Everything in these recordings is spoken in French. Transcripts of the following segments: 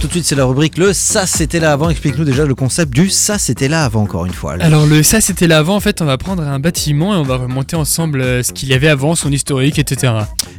Tout de suite, c'est la rubrique le ça c'était là avant. Explique-nous déjà le concept du ça c'était là avant encore une fois. Alors le ça c'était là avant en fait on va prendre un bâtiment et on va remonter ensemble euh, ce qu'il y avait avant, son historique, etc.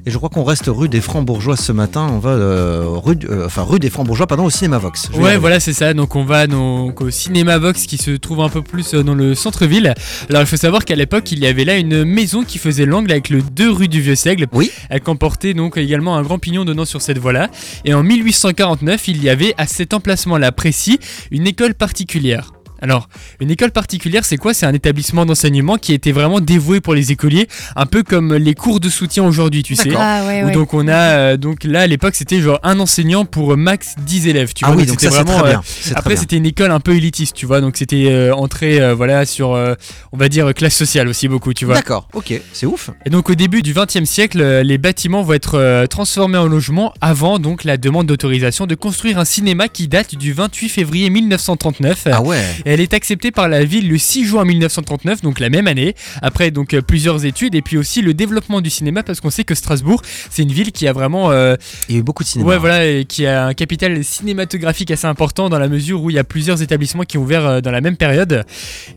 Et je crois qu'on reste rue des Francs Bourgeois ce matin. On va euh, rue, du- euh, enfin rue des Francs Bourgeois pardon au cinéma Vox. Je vais y Ouais arriver. voilà c'est ça, donc on va donc au cinéma Vox qui se trouve un peu plus euh, dans le centre-ville. Alors il faut savoir qu'à l'époque il y avait là une maison qui faisait l'angle avec le 2 rue du Vieux Seigle. Oui. Elle comportait donc également un grand pignon donnant sur cette voie-là. Et en 1849 il y avait à cet emplacement-là précis une école particulière. Alors, une école particulière, c'est quoi C'est un établissement d'enseignement qui était vraiment dévoué pour les écoliers, un peu comme les cours de soutien aujourd'hui, tu sais. D'accord. Ah ouais, Où ouais. Donc on a euh, donc là à l'époque c'était genre un enseignant pour max 10 élèves tu Ah vois oui donc donc c'était ça c'est vraiment très euh, bien. C'est très après bien. c'était une école un peu élitiste tu vois donc c'était euh, entrée euh, voilà sur euh, on va dire euh, classe sociale aussi beaucoup tu vois D'accord. Ok. C'est ouf. et donc au début du 20e siècle euh, les bâtiments vont être euh, transformés en logements avant donc la demande d'autorisation de construire un cinéma qui date du 28 février 1939 Ah ouais. et elle est acceptée par la ville le 6 juin 1939, donc la même année, après donc euh, plusieurs études et puis aussi le développement du cinéma parce qu'on sait que Strasbourg, c'est une ville qui a vraiment euh, Il y a eu beaucoup de cinéma. ouais voilà et qui a un capital cinématographique assez important dans la mesure où il y a plusieurs établissements qui ont ouvert euh, dans la même période.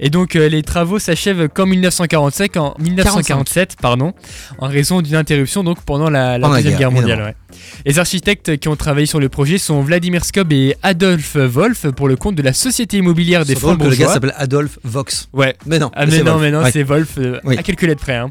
Et donc euh, les travaux s'achèvent qu'en 1945 en 1947 pardon, en raison d'une interruption donc pendant la, la Pendant la deuxième guerre, guerre, mondiale. ouais. Les architectes qui ont travaillé sur le projet sont Vladimir Skob et Adolphe Wolf pour le compte de la Société immobilière des C'est drôle Francs que le gars bourgeois. s'appelle Adolphe Vox. Ouais. Mais non. Ah mais c'est non, Wolf. mais non, Ouais. c'est Wolf euh, Oui. à quelques lettres près. hein.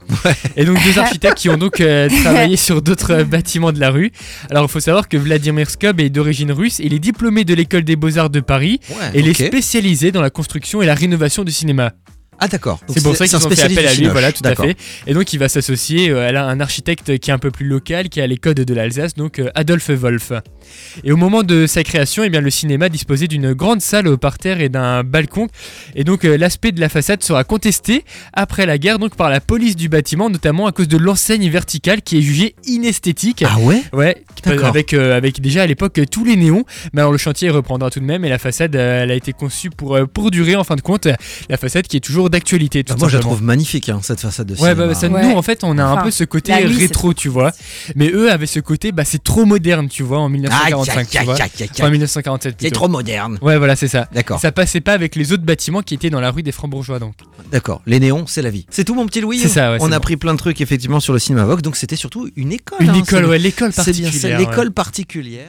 Et donc deux architectes qui ont donc euh, travaillé sur d'autres euh, bâtiments de la rue. Alors il faut savoir que Vladimir Skob est d'origine russe, il est diplômé de l'école des beaux-arts de Paris Ouais, et il ok. est spécialisé dans la construction et la rénovation du cinéma. Ah d'accord. Donc C'est pour ça c'est un qu'ils ont fait spécialiste appel du à lui, chinois. voilà, tout à D'accord. fait. Et donc il va s'associer euh, à la- un architecte qui est un peu plus local, qui a les codes de l'Alsace, donc euh, Adolphe Wolff. Et au moment de sa création, eh bien, le cinéma disposait d'une grande salle au parterre et d'un balcon. Et donc euh, l'aspect de la façade sera contesté après la guerre donc par la police du bâtiment, notamment à cause de l'enseigne verticale qui est jugée inesthétique. Ah ouais. Ouais, D'accord. avec, euh, avec déjà à l'époque euh, tous les néons, mais alors le chantier reprendra tout de même et la façade euh, elle a été conçue pour, euh, pour durer en fin de compte, euh, la façade qui est toujours d'actualité. Tout Bah, moi je la simplement. trouve magnifique hein, cette façade de Ouais, cinéma. bah, ça, Ouais. nous en fait on a un Enfin, peu ce côté la nuit, c'est rétro, tu vois, mais eux avaient ce côté, bah c'est trop moderne, tu vois, en 1945, tu vois. Enfin, 1947 C'est plutôt. trop moderne. Ouais, voilà, c'est ça. D'accord, Ça passait pas avec les autres bâtiments qui étaient dans la rue des francs bourgeois donc. d'accord. Les néons, c'est la vie. C'est tout mon petit Louis. C'est ça, ouais, On c'est a bon. pris plein de trucs effectivement sur le cinéma Vox, donc c'était surtout une école. Une Ah, hein, école, c'est- ouais, l'école C'est bien, particulière. c'est ouais. l'école particulière.